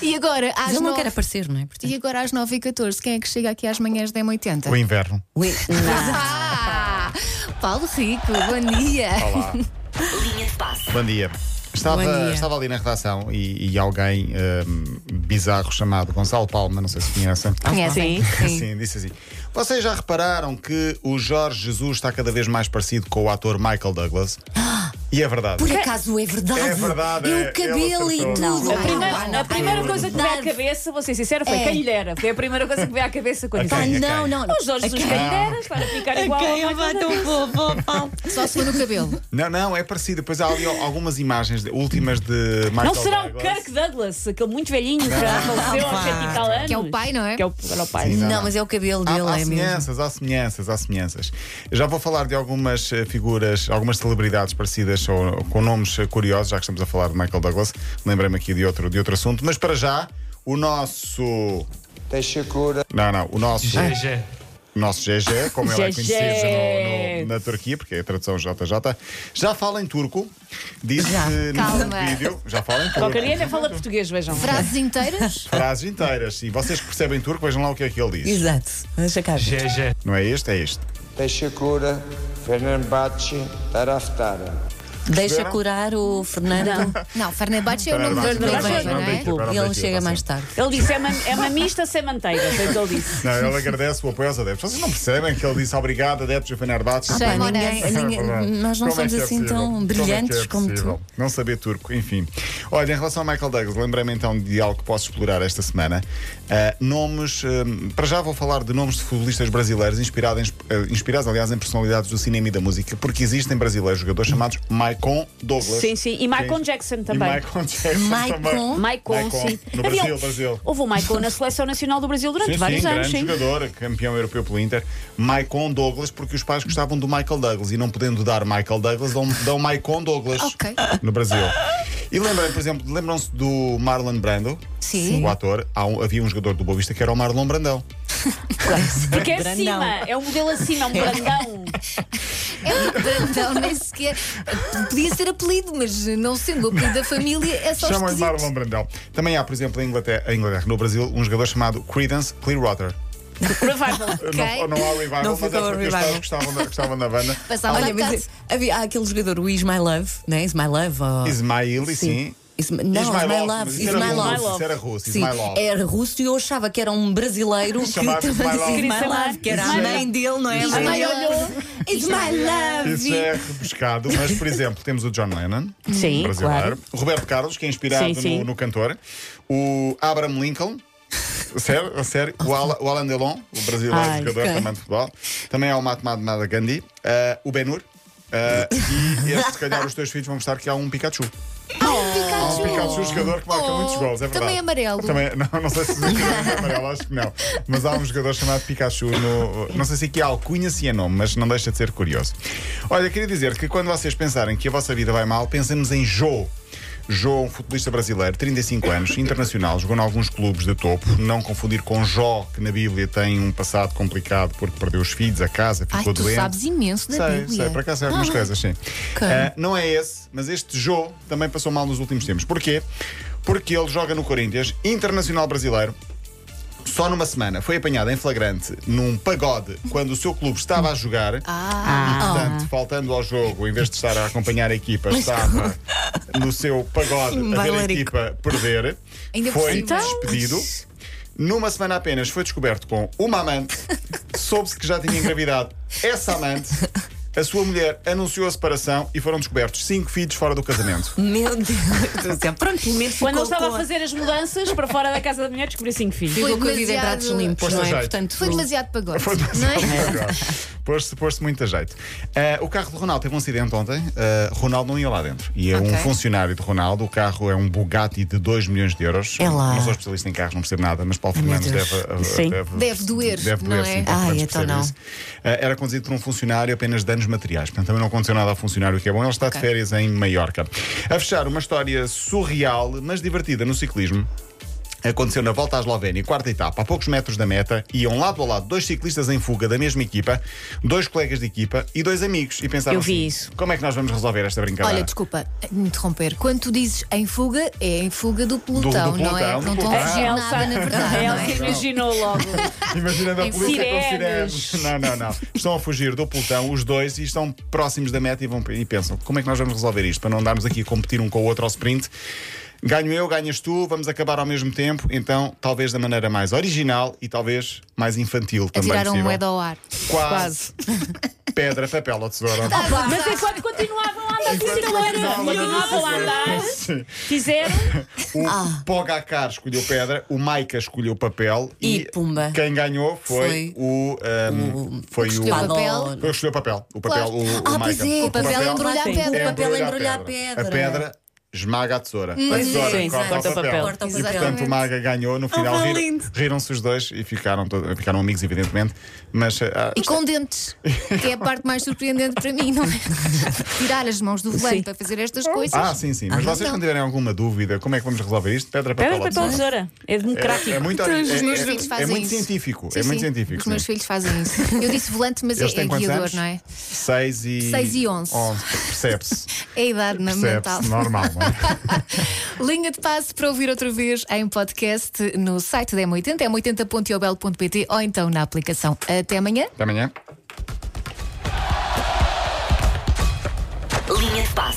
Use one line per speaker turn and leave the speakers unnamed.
E agora
Mas
às
ele não
nove-
quer aparecer, não é? Portanto,
E agora às 9h14, quem é que chega aqui às manhãs da
O
M80?
inverno.
Ui, não.
Ah, Paulo Rico, bom dia.
Olá.
Linha de passe.
Bom dia.
Bom
Estava,
dia.
estava ali na redação e, e alguém hum, bizarro chamado Gonçalo Palma, não sei se conhecem.
Conhecem?
Sim. disse assim. Vocês já repararam que o Jorge Jesus está cada vez mais parecido com o ator Michael Douglas? E é verdade.
Por acaso é verdade?
É verdade,
É
é.
o cabelo
Ele
e tudo.
acertou.
A primeira,
Ah,
a primeira coisa que veio à
verdade.
cabeça, vou ser sincera, foi
É.
quem lhe era. Foi a primeira coisa que veio à cabeça quando
Ok.
Pá,
disse.
quem?
não, não, não.
Os Jorge dos
A quem?
Bandeiras para ficar
A
igual.
quem?
ao
Vá,
Michael
tão fofo, Paulo.
Só se for no cabelo.
Não, não, é parecido. Depois há ali al- algumas imagens de- últimas de Michael
Não será o
Douglas.
Kirk Douglas, aquele muito velhinho que já faleceu aos 70 e tal anos.
Que é o pai, não é?
Que é o, era o pai.
Sim. Não, Ah,
Não,
não.
mas é o cabelo
Há,
dele,
há
é mesmo.
semelhanças, há semelhanças, há semelhanças. Eu Já vou falar de algumas eh, figuras, algumas celebridades parecidas ou com nomes eh, curiosos, já que estamos a falar de Michael Douglas. Lembrei-me aqui de outro, de outro assunto, mas para já, o nosso.
Deixa cura.
Não, não, o nosso.
GG.
O nosso GG, como ele é
GG.
conhecido no- no- na Turquia, porque é a tradução JJ, já fala em turco, disse
Já.
no
Calma.
vídeo, já fala em
Qualquer dia
turco.
até fala português, vejam.
Frases inteiras?
Frases inteiras. E vocês que percebem turco, vejam lá o que é que ele diz.
Exato. Deixa cá. ver.
GG.
Não é este? É este.
Deixa cura. Fenerbahçe Taraftar.
Deixa curar o Fernando.
Não, Fernandes é o nome do
Fernandes
primeiro,
Bates,
não é?
Fernandes Bates.
Ele chega mais tarde.
Ele disse: é, mam- é mamista sem manteiga, foi o que ele disse.
Não, ele agradece o apoio aos adeptos. Vocês não percebem que ele disse obrigado, adeptos do Fenerbahçe.
Pá,
Sim.
é ninguém-
Sim.
ninguém- nós não
Como é
somos
que é
assim
possível?
tão
Como é que é
brilhantes como
possível?
tu.
Não saber turco, enfim. Olha, em relação a Michael Douglas, lembrei-me então de algo que posso explorar esta semana. Ah, nomes, hum, para já vou falar de nomes de futebolistas brasileiros inspirados, em- eh, inspirados, aliás, em personalidades do cinema e da música, porque existem brasileiros jogadores chamados Maicon Douglas.
Sim, sim. E Michael
Sim.
Jackson
E
também.
Maicon Jackson
Maicon?
também.
Michael,
Maicon,
sim.
no
Havia-
Brasil, Brasil.
Houve o Michael na seleção nacional do Brasil durante
Sim,
vários
sim,
anos,
grande
sim.
jogador, campeão europeu pelo Inter, Maicon Douglas, porque os pais gostavam do Michael Douglas e não podendo dar Michael Douglas, dão, dão Maicon Douglas
Ok.
no Brasil. E lembrem, por exemplo, lembram-se do Marlon Brando,
Sim.
o ator, Há um- havia um jogador do Boa Vista que era o Marlon Brandão.
Porque é
Brandão.
acima, é um modelo acima, é um brandão.
Então, nem sequer. Podia ser apelido, mas não sendo o apelido da família, é só
Chamam-lhe
esquisito.
Marlon Brandão. Também há, por exemplo, em Inglaterra, em Inglaterra, no Brasil, um jogador chamado Credence Clearwater.
Provável.
Não, não há revival,
Não
mas é
ficou
porque os
revival.
pais gostavam da, gostavam da banda.
Passava
Olha,
lá um
mas
tarde.
é- havia há aquele jogador, o Is My Love, né? Is My Love. Ou...
Ismail, e sim.
Is- não, Is My Love. Is My Love.
Isso era russo,
Sim,
Ismail Love.
era russo e eu achava que era um brasileiro que
Chamava
também
Ismail
dizia
Love.
Ismail
Ismail
Love, que era a
Ismail.
mãe dele, não é?
Ismail.
Mãe dele. It's my love.
Isso é rebuscado, mas por exemplo, temos o John Lennon,
Sim,
brasileiro,
claro.
o Roberto Carlos, que é inspirado
Sim, sim.
No, no cantor, o Abraham Lincoln. Sério, a sério, o, Ala- o Alan Delon, o brasileiro
Ai,
jogador
ok.
também de futebol, também há o Mahatma Nada Gandhi, ah, o Benur. e este, se calhar, os teus filhos vão gostar que há um Pikachu. Há um Pikachu jogador que marca
Oh,
muitos gols, é verdade.
também é amarelo.
Também- não, não sei se é amarelo, acho que não. Mas há um jogador chamado Pikachu. No, não sei se aqui há alcunha, se é nome, mas não deixa de ser curioso. Olha, queria dizer que quando vocês pensarem que a vossa vida vai mal, pensemos em Jô. Jô, um futebolista brasileiro, 35 anos, internacional, jogou em alguns clubes de topo. Não confundir com Jó, que na Bíblia tem um passado complicado porque perdeu os filhos, a casa, ficou
Ai, tu
doente.
sabes imenso da
Sei,
Bíblia. é?
sei, é para cá sei algumas coisas, sim. Ah, não é esse, mas este Jô também passou mal nos últimos tempos. Porquê? Porque ele joga no Corinthians, internacional brasileiro. Só numa semana foi apanhado em flagrante num pagode quando o seu clube estava a jogar.
Ah.
E, portanto, faltando ao jogo, em vez de estar a acompanhar a equipa, estava no seu pagode
Que
a ver a
bailarico.
equipa perder.
Ainda por
foi
cima. Então?
despedido. Numa semana apenas foi descoberto com uma amante, soube-se que já tinha engravidado essa amante, a sua mulher anunciou a separação e foram descobertos cinco filhos fora do casamento.
Meu Deus do céu. Pronto, pelo menos
Quando
ficou
ele estava
com
a fazer as mudanças para fora da casa da mulher, descobri cinco filhos.
Ficou com a vida em
demasiado-
pratos limpos,
Força
não é?
jeito.
Portanto,
Foi demasiado pagode.
Foi
não é?
Pôs-se pôs muito a jeito. Ah, o carro do Ronaldo teve um acidente ontem. Ah, Ronaldo não ia lá dentro. E é um
Ok.
funcionário de Ronaldo. O carro é um Bugatti de 2 milhões de euros.
É lá.
Não sou especialista em carros, não percebo nada, mas Paulo
meu
Fernandes
Deus.
deve, ah,
Sim.
Deve doer,
Deve
não
doer,
é?
sim. Paulo
Ai,
Fernandes
então
percebe
não.
isso. Ah, era conduzido por um funcionário apenas danos materiais. Portanto, também não aconteceu nada ao funcionário, o que é bom. Ele está de
Ok.
férias em Maiorca. A fechar, uma história surreal, mas divertida no ciclismo. Aconteceu na volta à Eslovénia, quarta etapa, a poucos metros da meta, iam lado a lado dois ciclistas em fuga da mesma equipa, dois colegas de equipa e dois amigos. E pensaram
Eu vi
assim,
isso.
como é que nós vamos resolver esta brincadeira?
Olha, desculpa me interromper. Quando tu dizes em fuga, é em fuga do pelotão,
do Ah,
não é?
pelotão, do
não estão
pelotão.
a
A
fazer nada, na
Elsa, a
verdade. não
Elsa
é?
imaginou logo.
Imaginando a
Em
polícia com
sirenes.
sirenes. Não, não, não. Estão a fugir do pelotão, os dois, e estão próximos da meta e, vão, e pensam: como é que nós vamos resolver isto? Para não andarmos aqui a competir um com o outro ao sprint. Ganho eu, ganhas tu, vamos acabar ao mesmo tempo. Então, talvez da maneira mais original e talvez mais infantil também.
Atiraram
possível.
moeda ao ar.
Quase. Pedra, papel ou tesoura.
Mas enquanto continuavam a andar de
Enquanto
bicicleta,
continuavam a andar de
continuavam a andar,
Sim.
fizeram.
O Pogacar escolheu pedra, o Maika escolheu papel
E pumba.
Quem ganhou
Foi
foi, o, um, foi o
escolheu
Adoro.
papel.
Eu escolhi o papel. O papel,
Claro.
o, o
Ah,
Maica.
pois é,
O
o papel
é embrulhar a pedra.
O papel é embrulhar a pedra.
A pedra esmaga a tesoura. a
Pois é,
tesoura
sim,
corta,
corta
o
o
papel.
papel.
Corta o
E
papel.
portanto o Maga ganhou. No final
Ah,
rir-
lindo.
riram-se os dois e ficaram, to- ficaram amigos, evidentemente. Mas ah,
E com dentes, que é a parte mais surpreendente para mim, não é? Tirar as mãos do volante para fazer estas coisas.
Ah, sim, sim. Mas
Ah,
vocês,
então.
não.
quando tiverem alguma dúvida, como é que vamos resolver isto? Pedra, papel,
Pedra,
ou
papel,
tesoura?
tesoura. É democrático.
É, é muito,
Então,
é,
os meus
é-
filhos
é
fazem
muito
isso.
científico.
Sim,
é muito
sim,
científico.
Os meus
sim.
filhos fazem isso. Eu disse volante, mas
Eles
é, é
têm quantos
guiador,
anos?
não é?
6 e.
Seis e onze.
Onze. Percebe-se.
É a idade na mental.
Percebe-se. Normal, não é?
Linha de passe para ouvir outra vez em podcast no site da M80, m80.iobel.pt ou então na aplicação. Até amanhã.
Até amanhã.
Linha de passe.